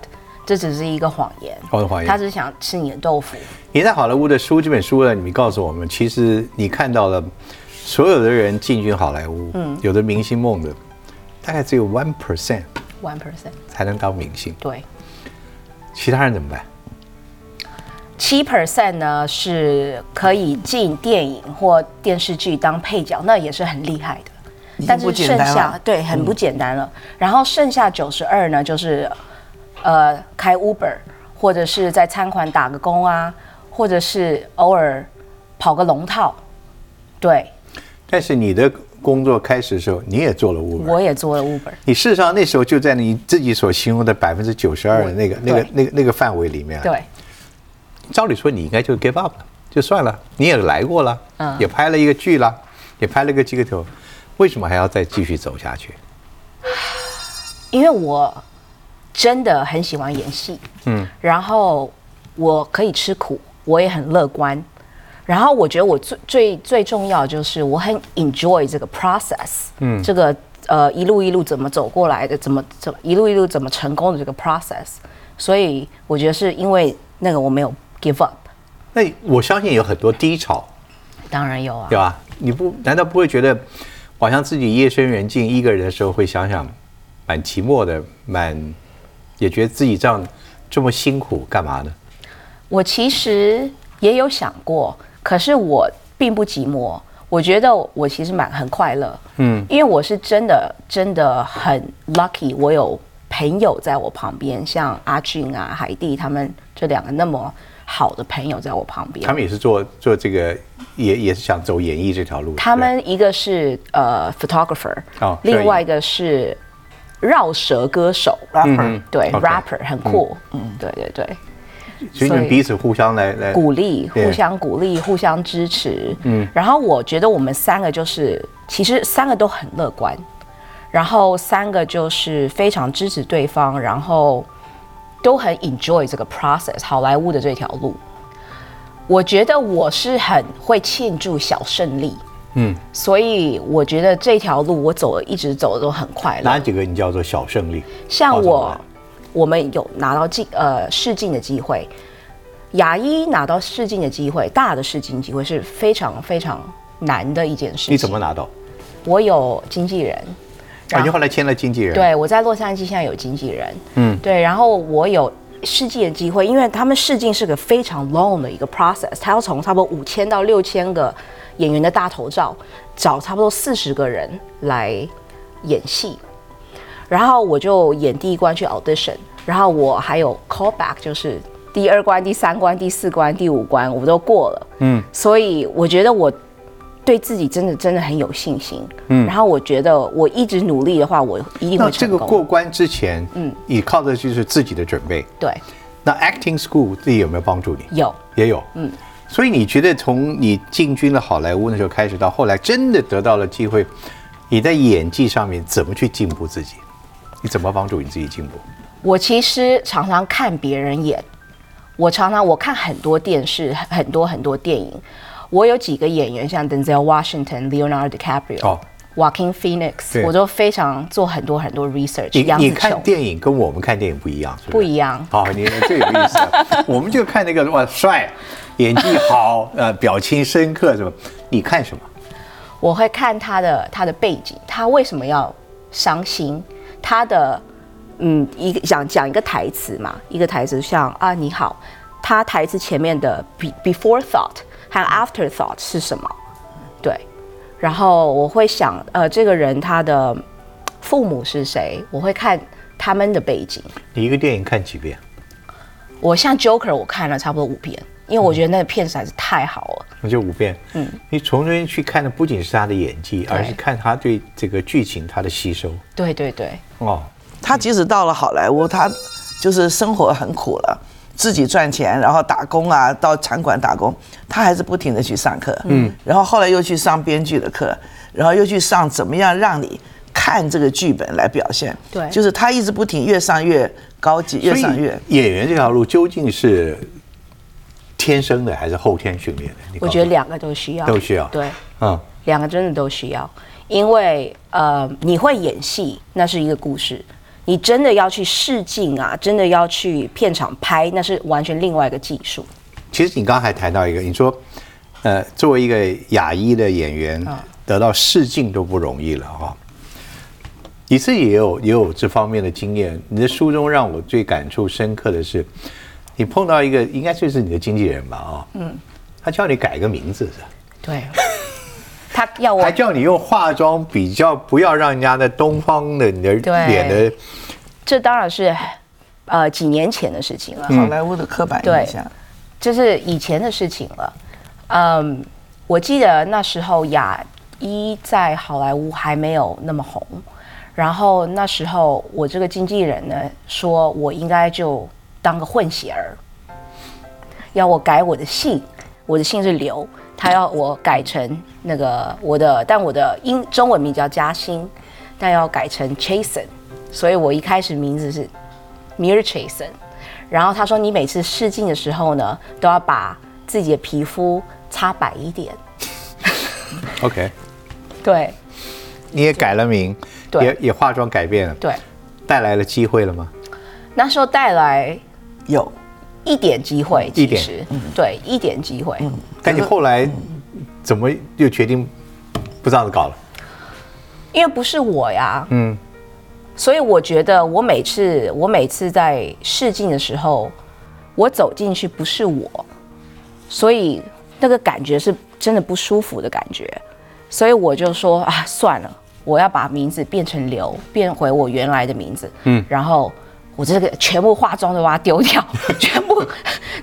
Speaker 3: 这只是一个谎言。
Speaker 2: 哦
Speaker 1: 我的怀疑，
Speaker 3: 他只是想吃你的豆腐。
Speaker 1: 你在好莱坞的书这本书呢，你告诉我们，其实你看到了所有的人进军好莱坞，
Speaker 3: 嗯
Speaker 1: 有的明星梦的，大概只有 one percent
Speaker 3: One percent，
Speaker 1: 才能当明星，
Speaker 3: 对，
Speaker 1: 其他人怎么办？
Speaker 3: 七 percent 呢是可以进电影或电视剧当配角，那也是很厉害的。
Speaker 2: 经
Speaker 3: 但是
Speaker 2: 不简
Speaker 3: 剩
Speaker 2: 单了嗯
Speaker 3: 下对很不简单了。然后剩下九十二呢，就是呃开 Uber 或者是在餐馆打个工啊，或者是偶尔跑个龙套。对，
Speaker 1: 但是你的工作开始的时候，你也做了 Uber，
Speaker 3: 我也做了 Uber。
Speaker 1: 你事实上那时候就在你自己所形容的百分之九十二的那个、那个、那个、那个范围里面。，啊
Speaker 3: 对，
Speaker 1: 照理说你应该就 give up 了，就算了，你也来过了，
Speaker 3: 嗯
Speaker 1: 也拍了一个剧了，也拍了个几个头，为什么还要再继续走下去？
Speaker 3: 因为我真的很喜欢演戏，嗯，然后我可以吃苦，我也很乐观，然后我觉得我最最最重要就是我很 enjoy 这个 process，嗯，这个呃一路一路怎么走过来的，怎么怎么一路一路怎么成功的这个 process，所以我觉得是因为那个我没有 give up，
Speaker 1: 那我相信有很多低潮，
Speaker 3: 当然有啊，
Speaker 1: 对吧？你不难道不会觉得，好像自己夜深人静一个人的时候，会想想，蛮寂寞的，蛮也觉得自己这样这么辛苦干嘛呢？
Speaker 3: 我其实也有想过，可是我并不寂寞。我觉得我其实蛮很快乐，嗯，因为我是真的真的很 lucky，我有朋友在我旁边，像阿俊啊、海蒂他们这两个那么好的朋友在我旁边
Speaker 1: 他。们也是做做这个，也也是想走演艺这条路。
Speaker 3: 他们一个是呃 photographer，、
Speaker 1: 哦摄
Speaker 3: 另
Speaker 1: 影
Speaker 3: 外一个是绕舌歌手
Speaker 2: rapper
Speaker 3: 对
Speaker 1: 嗯 OK
Speaker 3: rapper 很酷，嗯，对对对。
Speaker 1: 对，所以你们
Speaker 3: 所以
Speaker 1: 彼此互相来来
Speaker 3: 鼓励，
Speaker 1: 对
Speaker 3: 互相鼓励，互相支持。嗯，然后我觉得我们三个就是，其实三个都很乐观，然后三个就是非常支持对方，然后都很 enjoy 这个 process 好莱坞的这条路。我觉得我是很会庆祝小胜利，嗯，所以我觉得这条路我走了，一直走的都很快乐
Speaker 1: 哪。几个你叫做小胜利？哦
Speaker 3: 像
Speaker 1: 怎么
Speaker 3: 我
Speaker 1: 了，
Speaker 3: 我们有拿到进呃试镜的机会，牙医拿到试镜的机会，大的试镜机会是非常非常难的一件事情。
Speaker 1: 你怎么？拿到？
Speaker 3: 我有经纪人，
Speaker 1: 啊，
Speaker 3: 然后
Speaker 1: 你后来签了经纪人。，
Speaker 3: 对我在洛杉矶现在有经纪人，嗯，对，然后我有。试镜的机会，因为他们试镜是个非常 long 的一个 process，他要从差不多五千到六千个演员的大头照，找差不多四十个人来演戏，然后我就演第一关去 audition，然后我还有 callback，就是第二关、第三关、第四关、第五关我都过了，嗯，所以我觉得我对自己真的真的很有信心，嗯，然后我觉得我一直努力的话，我一定
Speaker 1: 那
Speaker 3: 会
Speaker 1: 这
Speaker 3: 成
Speaker 1: 个
Speaker 3: 功。
Speaker 1: 过关之前，嗯，你靠的就是自己的准备。
Speaker 3: 对，
Speaker 1: 那 acting school 自己有没有帮助你？
Speaker 3: 有
Speaker 1: 也有，嗯。所以你觉得从你进军了好莱坞那时候开始，到后来真的得到了机会，你在演技上面怎么去进步自己？你怎么帮助你自己进步？
Speaker 3: 我其实常常看别人演，我常常我看很多电视，很多很多电影。我有几个演员，像 Denzel Washington、Leonardo DiCaprio、
Speaker 1: 哦对
Speaker 3: Joaquin Phoenix，我都非常做很多很多 research。
Speaker 1: 你
Speaker 3: 杨
Speaker 1: 你
Speaker 3: 紫
Speaker 1: 看
Speaker 3: 琼
Speaker 1: 电影跟我们看电影不一样，是是
Speaker 3: 不一样
Speaker 1: 好，你这有意思了。我们就看那个哇，帅，演技好，呃，表情深刻，什么？你看什么？
Speaker 3: 我会看他的他的背景，他为什么要伤心，他的嗯一个讲讲一个台词嘛，一个台词像啊你好，他台词前面的 be before thought 和 after thought 是什么？对，然后我会想呃这个人他的嗯父母是谁，我会看他们的背景。
Speaker 1: 你一个电影看几遍？
Speaker 3: 我像 Joker 我看了差不多五遍，因为我觉得那个片实在是太好了。
Speaker 1: 我就五遍。嗯，你从中间去看的不仅是他的演技，而是看他对这个剧情他的吸收。
Speaker 3: 对对对。
Speaker 1: 哦，
Speaker 2: 他即使到了好莱坞，他就是生活很苦了，自己赚钱，然后打工啊，到餐馆打工，他还是不停的去上课，嗯，然后后来又去上编剧的课，然后又去上怎么样让你看这个剧本来表现，
Speaker 3: 对
Speaker 2: 就是他一直不停，越上越高级，越
Speaker 1: 所以
Speaker 2: 上越。
Speaker 1: 演员这条路究竟是天生的还是后天训练的？你告
Speaker 3: 我
Speaker 1: 诉
Speaker 3: 觉得两个都需要，
Speaker 1: 都需要
Speaker 3: 对，
Speaker 1: 嗯，
Speaker 3: 两个真的都需要，因为呃，你会演戏那是一个故事，你真的要去试镜啊，真的要去片场拍，那是完全另外一个技术。
Speaker 1: 其实你刚才谈到一个，你说，呃，作为一个亚裔的演员，
Speaker 3: 啊
Speaker 1: 得到试镜都不容易了哈、你自己也有也有这方面的经验。你的书中让我最感触深刻的是，你碰到一个应该就是你的经纪人吧啊、嗯，他叫你改个名字是吧
Speaker 3: 对，他要我
Speaker 1: 还叫你用化妆比较不要让人家的东方的你的
Speaker 3: 对
Speaker 1: 脸的
Speaker 3: 这当然是呃几年前的事情了，
Speaker 2: 好莱坞的刻板印象，
Speaker 3: 就是以前的事情了。嗯，我记得那时候雅一在好莱坞还没有那么红，然后那时候我这个经纪人呢说，我应该就当个混血儿，要我改我的姓，我的姓是刘，他要我改成那个我的，但我的英中文名叫嘉欣，但要改成 Chasen，所以我一开始名字是 Mir Chasen。然后他说，你每次试镜的时候呢，都要把自己的皮肤擦白一点。
Speaker 1: OK，
Speaker 3: 对
Speaker 1: 你也改了名，
Speaker 3: 对
Speaker 1: 也也化妆改变了，
Speaker 3: 对，
Speaker 1: 带来了机会了吗？
Speaker 3: 那时候带来
Speaker 2: 有
Speaker 3: 一点机会，
Speaker 1: 一
Speaker 3: 其
Speaker 1: 点嗯
Speaker 3: 实对一点机会。
Speaker 1: 但你后来怎么又决定不这样子搞了？
Speaker 3: 因为不是我呀，嗯，所以我觉得我每次我每次在试镜的时候，我走进去不是我，所以那个感觉是真的不舒服的感觉，所以我就说啊，算了，我要把名字变成刘，变回我原来的名字，嗯，然后。我这个全部化妆都把它丢掉， [laughs] 全部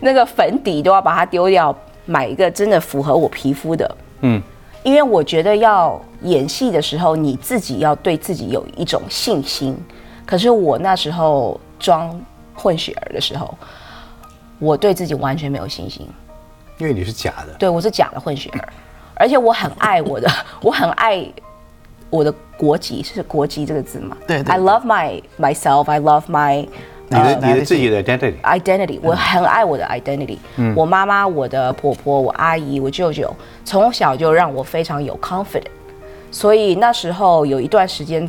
Speaker 3: 那个粉底都要把它丢掉，买一个真的符合我皮肤的。因为我觉得要演戏的时候，你自己要对自己有一种信心。可是我那时候装混血儿的时候，我对自己完全没有信心。
Speaker 1: 因为你是假的，
Speaker 3: 对我是假的混血儿，而且我很爱我的， [laughs] 我很爱我的国籍，是国籍这个字嘛？
Speaker 2: 对对对
Speaker 3: I love my myself. I love my
Speaker 1: 你的、
Speaker 2: 哪
Speaker 1: 你
Speaker 2: 里
Speaker 1: 的自己的 identity。嗯
Speaker 3: identity，我很爱我的 identity。我妈妈、我的婆婆、我阿姨、我舅舅，从小就让我非常有 confident。所以那时候有一段时间，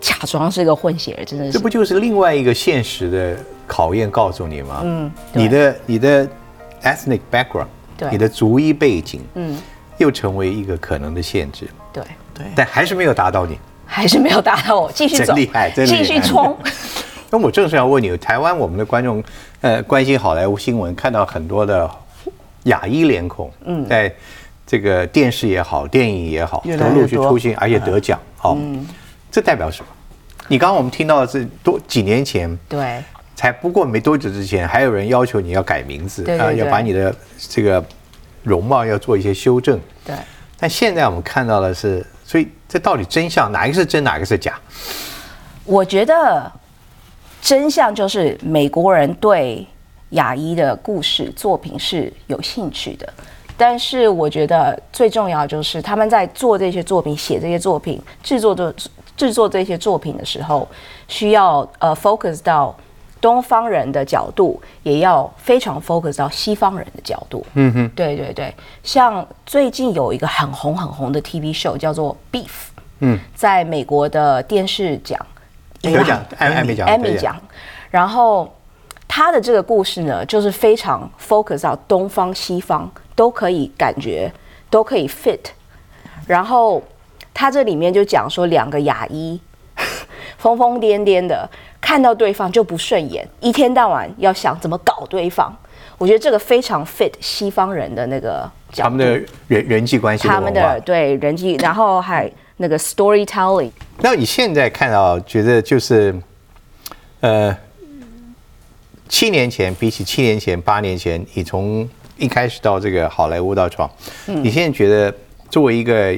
Speaker 3: 假装是个混血儿，真的
Speaker 1: 这
Speaker 3: 是
Speaker 1: 不就是另外一个现实的考验告诉你吗？嗯，你的你的 ethnic background，
Speaker 3: 对
Speaker 1: 你的族裔背景，嗯，又成为一个可能的限制，
Speaker 3: 对，
Speaker 1: 但还是没有打倒你。
Speaker 3: 还是没有达到我，继续
Speaker 1: 真
Speaker 3: 走，
Speaker 1: 厉害真厉害
Speaker 3: 继
Speaker 1: [laughs]
Speaker 3: 续冲。
Speaker 1: 那我正是要问你，台湾我们的观众，呃，关心好莱坞新闻，看到很多的亚裔脸孔，嗯，在这个电视也好，电影也好，
Speaker 2: 越
Speaker 1: 都
Speaker 2: 来越
Speaker 1: 陆续
Speaker 2: 多
Speaker 1: 出现，而且得奖，好、嗯这代表什么？你刚刚我们听到的是多几年前，
Speaker 3: 对
Speaker 1: 才不过没多久之前，还有人要求你要改名字
Speaker 3: 对对
Speaker 1: 啊，要
Speaker 3: 对
Speaker 1: 把你的这个容貌要做一些修正。
Speaker 3: 对，
Speaker 1: 但现在我们看到的是，所以这到底真相哪一个是真，哪一个是假？
Speaker 3: 我觉得真相就是美国人对雅一的故事作品是有兴趣的，但是我觉得最重要就是他们在做这些作品、写这些作品、制作的制作这些作品的时候，需要呃 focus 到东方人的角度，也要非常 focus 到西方人的角度。嗯哼，对对对，像最近有一个很红很红的 TV show 叫做《Beef》，嗯，在美国的电视奖
Speaker 1: 有奖艾艾美奖
Speaker 3: 哎艾
Speaker 1: 对
Speaker 3: 美
Speaker 1: 呀
Speaker 3: 奖，然后他的这个故事呢，就是非常 focus 到东方西方都可以感觉都可以 fit，然后他这里面就讲说两个牙医疯疯癫癫的，看到对方就不顺眼，一天到晚要想怎么搞对方。我觉得这个非常 fit 西方人的那个角
Speaker 1: 他
Speaker 3: 度，
Speaker 1: 们的人人际关系的
Speaker 3: 他们
Speaker 1: 文化
Speaker 3: 的。对人际，然后还那个 storytelling，
Speaker 1: 那你现在看到，觉得就是，呃，七年前比起七年前、八年前，你从一开始到这个好莱坞到创，
Speaker 3: 嗯
Speaker 1: 你现在觉得作为一个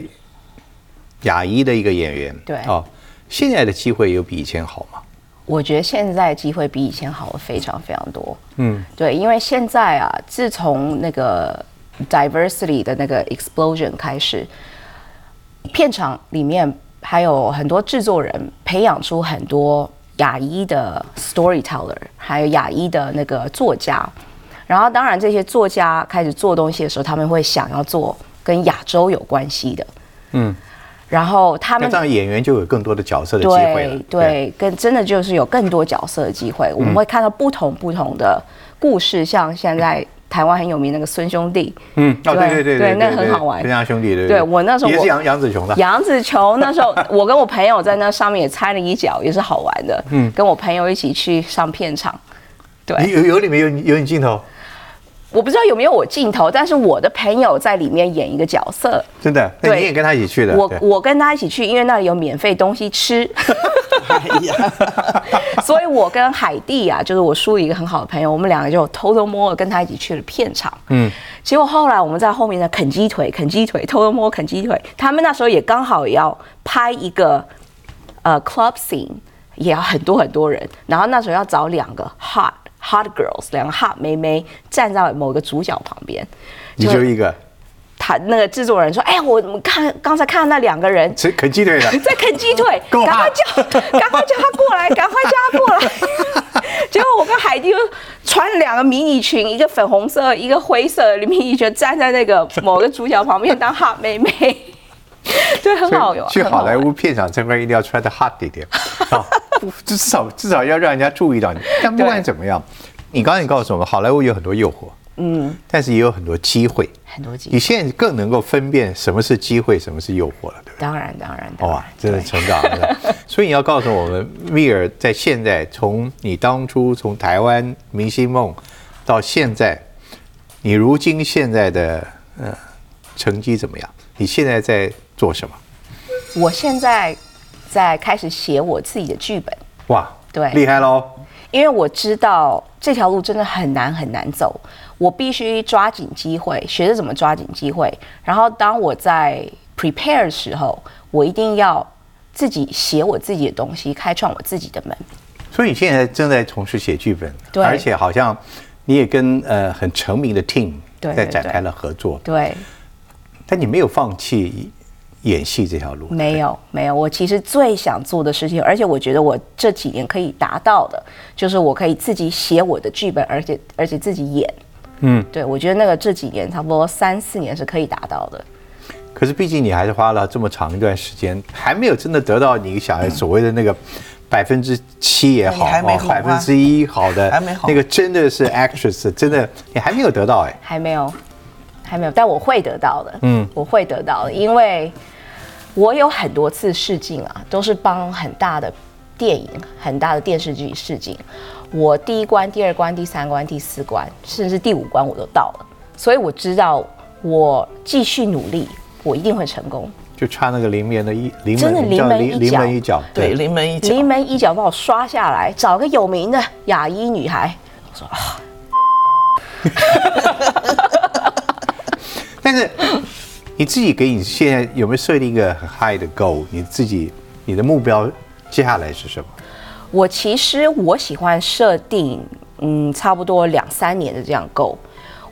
Speaker 1: 亚裔的一个演员，
Speaker 3: 对
Speaker 1: 哦，现在的机会有比以前好吗？
Speaker 3: 我觉得现在机会比以前好了非常非常多。嗯，对，因为现在啊，自从那个 diversity 的那个 explosion 开始，片场里面还有很多制作人培养出很多亚裔的 storyteller，还有亚裔的那个作家。然后，当然这些作家开始做东西的时候，他们会想要做跟亚洲有关系的。嗯，然后他
Speaker 1: 那
Speaker 3: 们
Speaker 1: 这样演员就有更多的角色的机会了嗯
Speaker 3: 对。对，跟真的就是有更多角色的机会，我们会看到不同不同的故事，像现在台湾很有名那个孙兄弟，
Speaker 1: 嗯，哦，对对对
Speaker 3: 对对那很好玩
Speaker 1: 非常兄弟，对
Speaker 3: 对我那时候
Speaker 1: 也
Speaker 3: 我
Speaker 1: 是杨杨紫琼的，
Speaker 3: 杨紫琼那时候，我跟我朋友在那上面也掺了一脚，也是好玩的。嗯，跟我朋友一起去上片场，对
Speaker 1: 你有有里面有你有你镜头，
Speaker 3: 我不知道有没有我镜头，但是我的朋友在里面演一个角色，
Speaker 1: 真的，那
Speaker 3: 对
Speaker 1: 你也跟他一起去的，
Speaker 3: 我
Speaker 1: 对
Speaker 3: 我跟他一起去，因为那里有免费东西吃，
Speaker 2: 哎呀，
Speaker 3: [laughs] 所以我跟海蒂啊，就是我叔一个很好的朋友，我们两个就偷偷摸摸跟他一起去了片场。嗯，结果后来我们在后面呢啃鸡腿，啃鸡腿，偷偷摸摸啃鸡腿。他们那时候也刚好也要拍一个呃 club scene，也要很多很多人，然后那时候要找两个 hot hot girls，两个 hot 妹妹站在某个主角旁边。
Speaker 1: 你就一个
Speaker 3: 他那个制作人说：“哎、我我看刚才看到那两个人
Speaker 1: 吃啃鸡腿的，
Speaker 3: 在啃鸡腿，
Speaker 1: [laughs] 够
Speaker 3: 赶
Speaker 1: 怕
Speaker 3: 快叫， [laughs] 赶快叫他过来，
Speaker 1: [laughs]
Speaker 3: 赶快叫他过来。 [laughs] 结果我跟海蒂就穿了两个迷你裙，一个粉红色，一个灰色的迷你裙，站在
Speaker 1: [laughs]
Speaker 3: 那个某个主角旁边当哈妹妹， [laughs] 对， [laughs] 很好用。
Speaker 1: 去
Speaker 3: 很
Speaker 1: 好莱
Speaker 3: 玩
Speaker 1: 坞片场参观一定要穿的 hot 一点，
Speaker 3: [laughs]
Speaker 1: 啊，不至少至少要让人家注意到你。但不管怎么
Speaker 3: [laughs]
Speaker 1: 样，你刚才也告诉我们，好莱坞有很多诱惑，嗯，但是也有很多机会。
Speaker 3: 很多机
Speaker 1: 你
Speaker 3: 会，
Speaker 1: 现在更能够分辨什么是机会，什么是诱惑了，对不
Speaker 3: 当然当然
Speaker 1: 对？
Speaker 3: 当
Speaker 1: 哇
Speaker 3: 然，，
Speaker 1: 真的
Speaker 3: 对
Speaker 1: 成长了。 [laughs] 所以你要告诉我们，蜜儿在现在从你当初从台湾明星梦到现在，你如今现在的呃成绩怎么样？你现在在做什么？
Speaker 3: 我现在在开始写我自己的剧本。
Speaker 1: 哇，
Speaker 3: 对
Speaker 1: 厉害喽！
Speaker 3: 因为我知道这条路真的很难很难走，我必须抓紧机会，学着怎么抓紧机会。然后当我在 prepare 的时候，我一定要自己写我自己的东西，开创我自己的门。
Speaker 1: 所以你现在正在从事写剧本，
Speaker 3: 对
Speaker 1: 而且好像你也跟呃很成名的 team
Speaker 3: 对
Speaker 1: 在
Speaker 3: 对
Speaker 1: 展
Speaker 3: 对
Speaker 1: 开了合作，
Speaker 3: 对，
Speaker 1: 但你没有放弃演戏这条路，
Speaker 3: 没有没有，我其实最想做的事情，而且我觉得我这几年可以达到的，就是我可以自己写我的剧本，而且而且自己演。嗯，对，我觉得那个这几年差不多三四年是可以达到的。
Speaker 1: 可是毕竟你还是花了这么长一段时间，还没有真的得到你想要所谓的那个百分之七也好，哦
Speaker 2: 嗯你还没红
Speaker 1: 百
Speaker 2: 啊
Speaker 1: 分之一好的，
Speaker 2: 还没红
Speaker 1: 那个真的是 actress，真的你还没有得到哎。
Speaker 3: 还没有，还没有，但我会得到的。嗯，我会得到的，因为我有很多次试镜啊，都是帮很大的电影、很大的电视剧试镜。我第一关、第二关、第三关、第四关，甚至第五关我都到了，所以我知道我继续努力，我一定会成功。
Speaker 1: 就差那个临门的一临门
Speaker 3: 真的临
Speaker 1: 叫
Speaker 3: 门一
Speaker 1: 临临
Speaker 3: 脚
Speaker 1: 门一脚，
Speaker 2: 对，临门一脚，
Speaker 3: 临门一脚把我刷下来，找个有名的亚裔女孩。我说啊，
Speaker 1: 但是你自己给你现在有没有设定一个很 high 的 goal？你自己你的目标接下来是什么？
Speaker 3: 我其实我喜欢设定，嗯，差不多两三年的这样够。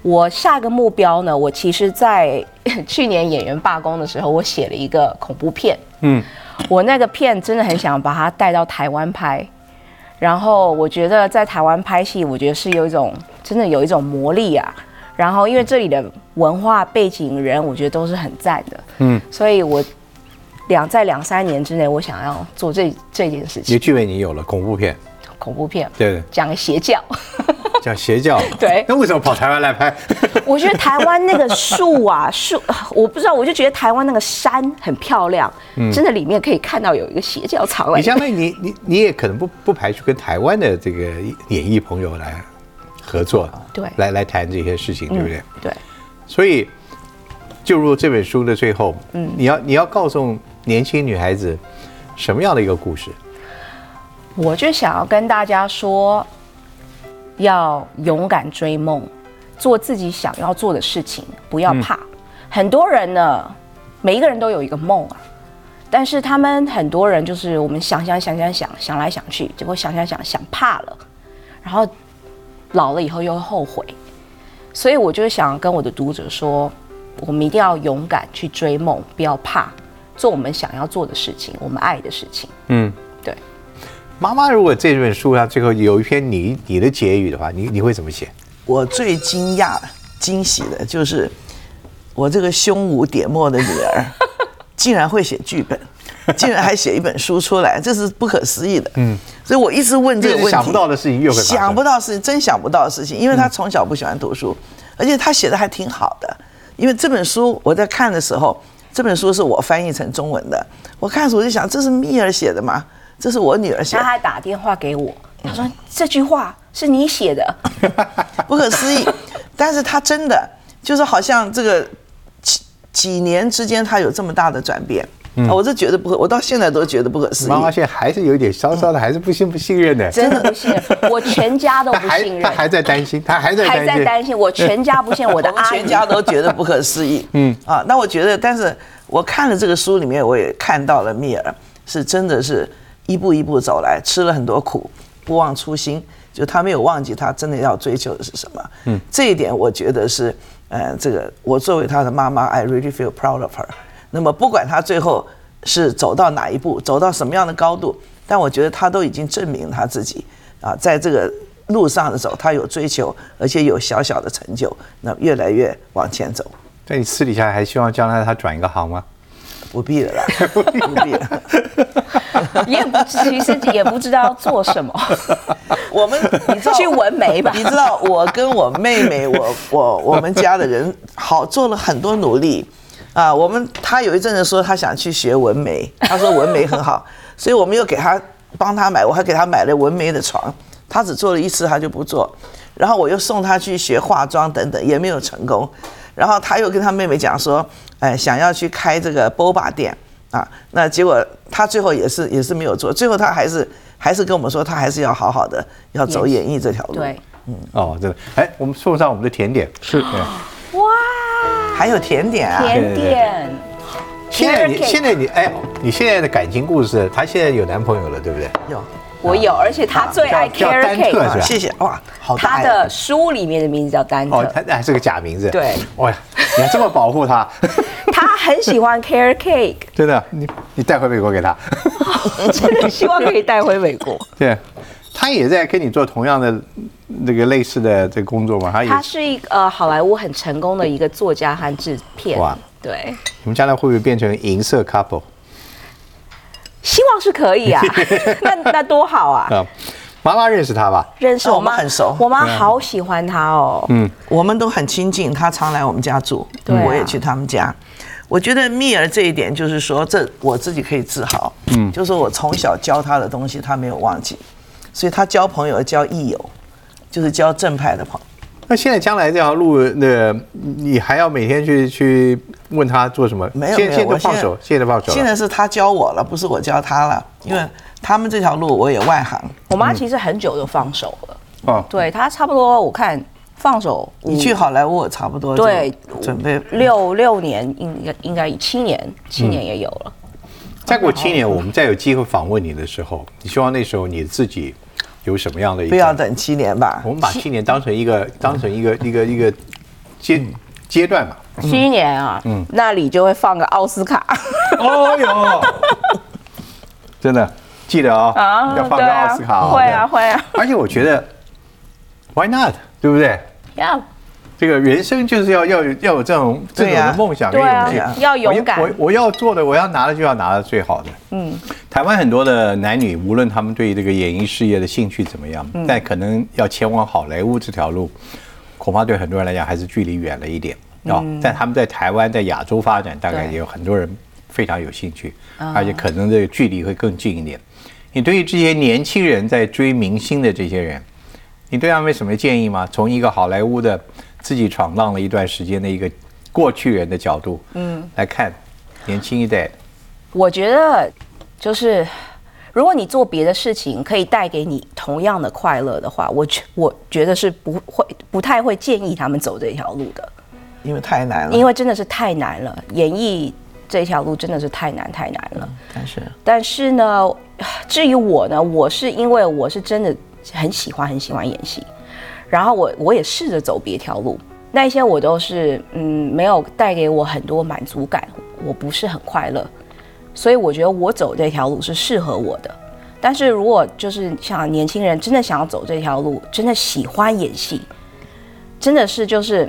Speaker 3: 我下个目标呢， [laughs] 我其实在去年演员罢工的时候，我写了一个恐怖片，嗯，我那个片真的很想把它带到台湾拍。然后我觉得在台湾拍戏，我觉得是有一种真的有一种魔力啊。然后因为这里的文化背景人，我觉得都是很赞的，嗯，所以我两在两三年之内，我想要做这这件
Speaker 1: 你
Speaker 3: 事
Speaker 1: 的
Speaker 3: 情，
Speaker 1: 剧本已经有了恐怖片，
Speaker 3: 恐怖片，
Speaker 1: 对
Speaker 2: [laughs]
Speaker 1: 对，
Speaker 3: 讲个邪教。
Speaker 1: 叫邪教。
Speaker 3: 对
Speaker 1: 那为什么跑台湾来拍？
Speaker 3: 我觉得台湾那个树啊，树，我不知道，我就觉得台湾那个山很漂亮，真的里面可以看到有一个邪教藏
Speaker 1: 嗯你
Speaker 3: 来。
Speaker 1: 将来你你你也可能不不排除跟台湾的这个演艺朋友来合作，
Speaker 3: 对嗯
Speaker 1: 来来谈这些事情，对不对？
Speaker 3: 对，
Speaker 1: 所以，就如这本书的最后，嗯，你要你要告诉年轻女孩子什么样的一个故事？
Speaker 3: 我就想要跟大家说，要勇敢追梦，做自己想要做的事情，不要怕。很多人呢，每一个人都有一个梦啊，但是他们很多人就是我们想想想想想想来想去，结果想想想想怕了，然后老了以后又后悔。所以我就想跟我的读者说，我们一定要勇敢去追梦，不要怕，做我们想要做的事情，我们爱的事情。
Speaker 1: 妈妈，如果这本书上最后有一篇你你的结语的话，你你会怎么写？
Speaker 2: 我最惊讶、惊喜的就是我这个胸无点墨的女
Speaker 1: [laughs]
Speaker 2: 儿，竟然会写剧本，竟然还写一本书出来，这是不可思议的。嗯，所以我一直问这个问
Speaker 1: 越是
Speaker 2: 题，
Speaker 1: 想不到的事情越会发生嗯
Speaker 2: 想不到事情，真想不到的事情，因为她从小不喜欢读书，而且她写的还挺好的。因为这本书我在看的时候，这本书是我翻译成中文的，我看的时候我就想，这是蜜儿写的吗？这是我女儿写
Speaker 3: 然
Speaker 2: 的
Speaker 3: 后他，还打电话给我，他说这句话是你写的，
Speaker 2: [laughs]
Speaker 3: [laughs]
Speaker 2: 不可思议。但是他真的就是好像这个几几年之间，他有这么大的转变，啊我是觉得不可，我到现在都觉得不可思议
Speaker 1: 妈。妈现在还是有一点稍稍的，还是不信不信任的，
Speaker 3: 真的不信任，我全家都
Speaker 1: 她
Speaker 3: 不信
Speaker 1: 还
Speaker 3: 任，
Speaker 1: 她还在担心，她还在
Speaker 3: 还
Speaker 1: 担
Speaker 3: 在
Speaker 1: 心。
Speaker 3: 担心，我全家不
Speaker 1: [laughs]
Speaker 3: 信任，我的
Speaker 2: 我们
Speaker 3: 阿姨
Speaker 2: 全家都觉得不可思议。 [laughs] 嗯啊，那我觉得，但是我看了这个书里面，我也看到了密尔是真的是一步一步走来，吃了很多苦，不忘初心，就他没有忘记他真的要追求的是什么。嗯，这一点我觉得是，呃，这个我作为他的妈妈，I really feel proud of her。那么不管他最后是走到哪一步，走到什么样的高度，但我觉得他都已经证明他自己啊，在这个路上的时候，他有追求，而且有小小的成就，那越来越往前走，
Speaker 1: 那你私底下还希望将来她转一个行吗？
Speaker 2: 不必
Speaker 3: [laughs]
Speaker 2: 了啦，不必了。
Speaker 3: 也不其实也不知道要做
Speaker 1: [laughs]
Speaker 3: 什么，
Speaker 2: 我们你知道
Speaker 3: 去纹眉吧
Speaker 2: 你知道我跟我妹妹，我我我们家的人好做了很多努力啊。我们她有一阵子说她想去学纹眉，她说纹眉很好，所以我们又给她帮她买，我还给她买了纹眉的床，她只做了一次她就不做。然后我又送她去学化妆等等，也没有成功。然后她又跟她妹妹讲说，哎，想要去开这个 BOBA 店。啊，那结果他最后也是也是没有做，最后他还是还是跟我们说，他还是要好好的要走演艺这条路。
Speaker 3: 对，
Speaker 1: 哦，真的。哎，我们送上我们的甜点，是
Speaker 3: 哇，
Speaker 2: 还有甜点啊，
Speaker 3: 甜点，
Speaker 1: 现在你
Speaker 3: Carrot cake
Speaker 1: 现在你哎，你现在的感情故事，她现在有男朋友了，对不对？
Speaker 2: 有，
Speaker 3: 我有，而且他最爱
Speaker 1: 叫叫
Speaker 3: carrot
Speaker 1: 丹特
Speaker 3: cake，
Speaker 1: 是吧
Speaker 2: 谢谢哇，好大
Speaker 3: 他
Speaker 2: 爱
Speaker 3: 的书里面的名字叫丹
Speaker 1: 哦，
Speaker 3: 特，
Speaker 1: 她还是个假名字。
Speaker 3: 对
Speaker 1: 哇，你还这么保护她， [laughs]
Speaker 3: 他很喜欢 carrot cake，
Speaker 1: 真的，你你带回美国给她。 [laughs]
Speaker 3: 真的希望可以带回美国。
Speaker 1: 对，她也在跟你做同样的那个类似的这个工作嘛，她也
Speaker 3: 他是一个呃好莱坞很成功的一个作家和制片
Speaker 1: 哇，
Speaker 3: 对。
Speaker 1: 你们将来会不会变成银色 couple
Speaker 3: 希望是
Speaker 2: [laughs]
Speaker 3: 可以啊，那那多好啊！
Speaker 1: 啊？妈妈认识她吧？
Speaker 3: 认识
Speaker 2: 那
Speaker 3: 我
Speaker 2: 我们
Speaker 3: 妈
Speaker 2: 很熟
Speaker 3: 我妈好喜欢他哦。嗯，
Speaker 2: 我们都很亲近，他常来我们家住，
Speaker 3: 对啊
Speaker 2: 我也去他们家。我觉得蜜儿这一点就是说，这我自己可以自豪，嗯，就是我从小教他的东西，他没有忘记，所以他交朋友交益友，就是交正派的朋友。
Speaker 1: 那现在将来这条路，那你还要每天去去问她做什么？
Speaker 2: 没有
Speaker 1: 现
Speaker 2: 没
Speaker 1: 在现
Speaker 2: 有，
Speaker 1: 在
Speaker 2: 我
Speaker 1: 都放手，现在放手了。
Speaker 2: 现在是他教我了，不是我教他了，因为他们这条路我也外行。
Speaker 3: 我妈其实很久就放手了，
Speaker 1: 哦，
Speaker 3: 对她差不多我看放手五
Speaker 2: 你去好莱坞，我差不多就
Speaker 3: 对
Speaker 2: 准备
Speaker 3: 六六年应该应该七年七年也有了，
Speaker 1: 再过七年，我们再有机会访问你的时候，你希望那时候你自己有什么样的一个？
Speaker 2: 不
Speaker 4: 啊
Speaker 2: 要等七年吧
Speaker 1: 我。们把七年当成一个当成一个一个一个阶阶段嘛。嗯
Speaker 3: 七年啊，那里就会放个奥斯卡，
Speaker 1: 哦哟，真的记得啊、
Speaker 4: 啊，
Speaker 1: [laughs] 要放
Speaker 4: 对
Speaker 1: 个
Speaker 4: 啊
Speaker 1: 奥斯
Speaker 3: [laughs]
Speaker 1: 卡、哦
Speaker 4: 会啊会啊。
Speaker 1: 而且我觉得，Why not？对不对？
Speaker 4: 要
Speaker 1: 这个人生就是要要有要有这种这种
Speaker 2: 对啊
Speaker 1: 的梦想跟
Speaker 4: 对
Speaker 1: 勇气。
Speaker 4: 啊，要勇敢
Speaker 1: 我。我我要做的，我要拿的就要拿的最好的。嗯，台湾很多的男女，无论他们对这个演艺事业的兴趣怎么样，但可能要前往好莱坞这条路，恐怕对很多人来讲还是距离远了一点啊。但他们在台湾、在亚洲发展，大概
Speaker 3: 对
Speaker 1: 也有很多人非常有兴趣，而且可能这个距离会更近一点。你对于这些年轻人在追明星的这些人，你对他们有什么建议吗？从一个好莱坞的自己闯荡了一段时间的一个过去人的角度，嗯，来看年轻一代，
Speaker 3: 我觉得就是，如果你做别的事情可以带给你同样的快乐的话，我觉我觉得是不会不太会建议他们走这条路的，
Speaker 2: 因为太难了。
Speaker 3: 因为真的是太难了，演艺这条路真的是太难太难了。
Speaker 2: 嗯但是
Speaker 3: 但是呢，至于我呢，我是因为我是真的很喜欢很喜欢演戏，然后我我也试着走别条路，那一些我都是嗯没有带给我很多满足感，我不是很快乐，所以我觉得我走这条路是适合我的。但是如果就是像年轻人真的想要走这条路，真的喜欢演戏，真的是就是。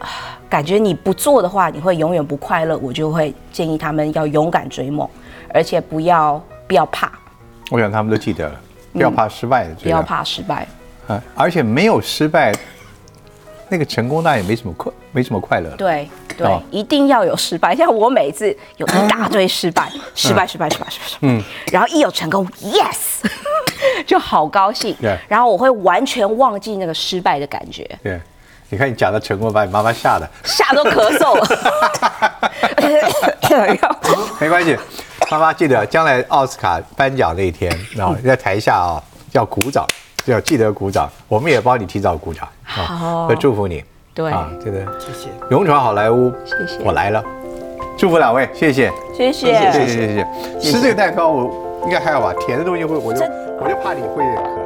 Speaker 3: 啊感觉你不做的话，你会永远不快乐。我就会建议他们要勇敢追梦，而且不要不要怕，
Speaker 1: 我想他们都记得了，不要怕失败的，
Speaker 3: 嗯不要怕失败。
Speaker 1: 啊！而且没有失败，那个成功那也没什么快，没什么快乐。
Speaker 3: 对对
Speaker 1: 哦，
Speaker 3: 一定要有失败。像我每次有一大堆失败，
Speaker 1: 嗯
Speaker 3: 失败，失败，失败，失败，失败。嗯。然后一有成功，yes，就 [laughs] 好高兴
Speaker 1: Yeah。
Speaker 3: 然后我会完全忘记那个失败的感觉，
Speaker 1: 对，你看你讲的成功，把你妈妈吓的，
Speaker 3: 吓都咳嗽 [laughs] 了。然后
Speaker 1: [laughs] 没关系，妈妈记得将来奥斯卡颁奖那一天，然后在台下啊、要鼓掌，要记得鼓掌，我们也帮你提早鼓掌啊，
Speaker 3: 好
Speaker 1: 要祝福你。
Speaker 3: 对
Speaker 1: 啊，真的
Speaker 2: 谢谢。
Speaker 1: 勇闯好莱坞，
Speaker 3: 谢谢
Speaker 1: 我来了，祝福两位，谢谢，
Speaker 4: 谢
Speaker 1: 谢
Speaker 4: 谢。
Speaker 1: 谢谢谢谢，吃这个蛋糕我应该还好吧，甜的东西会我就我就怕你会渴。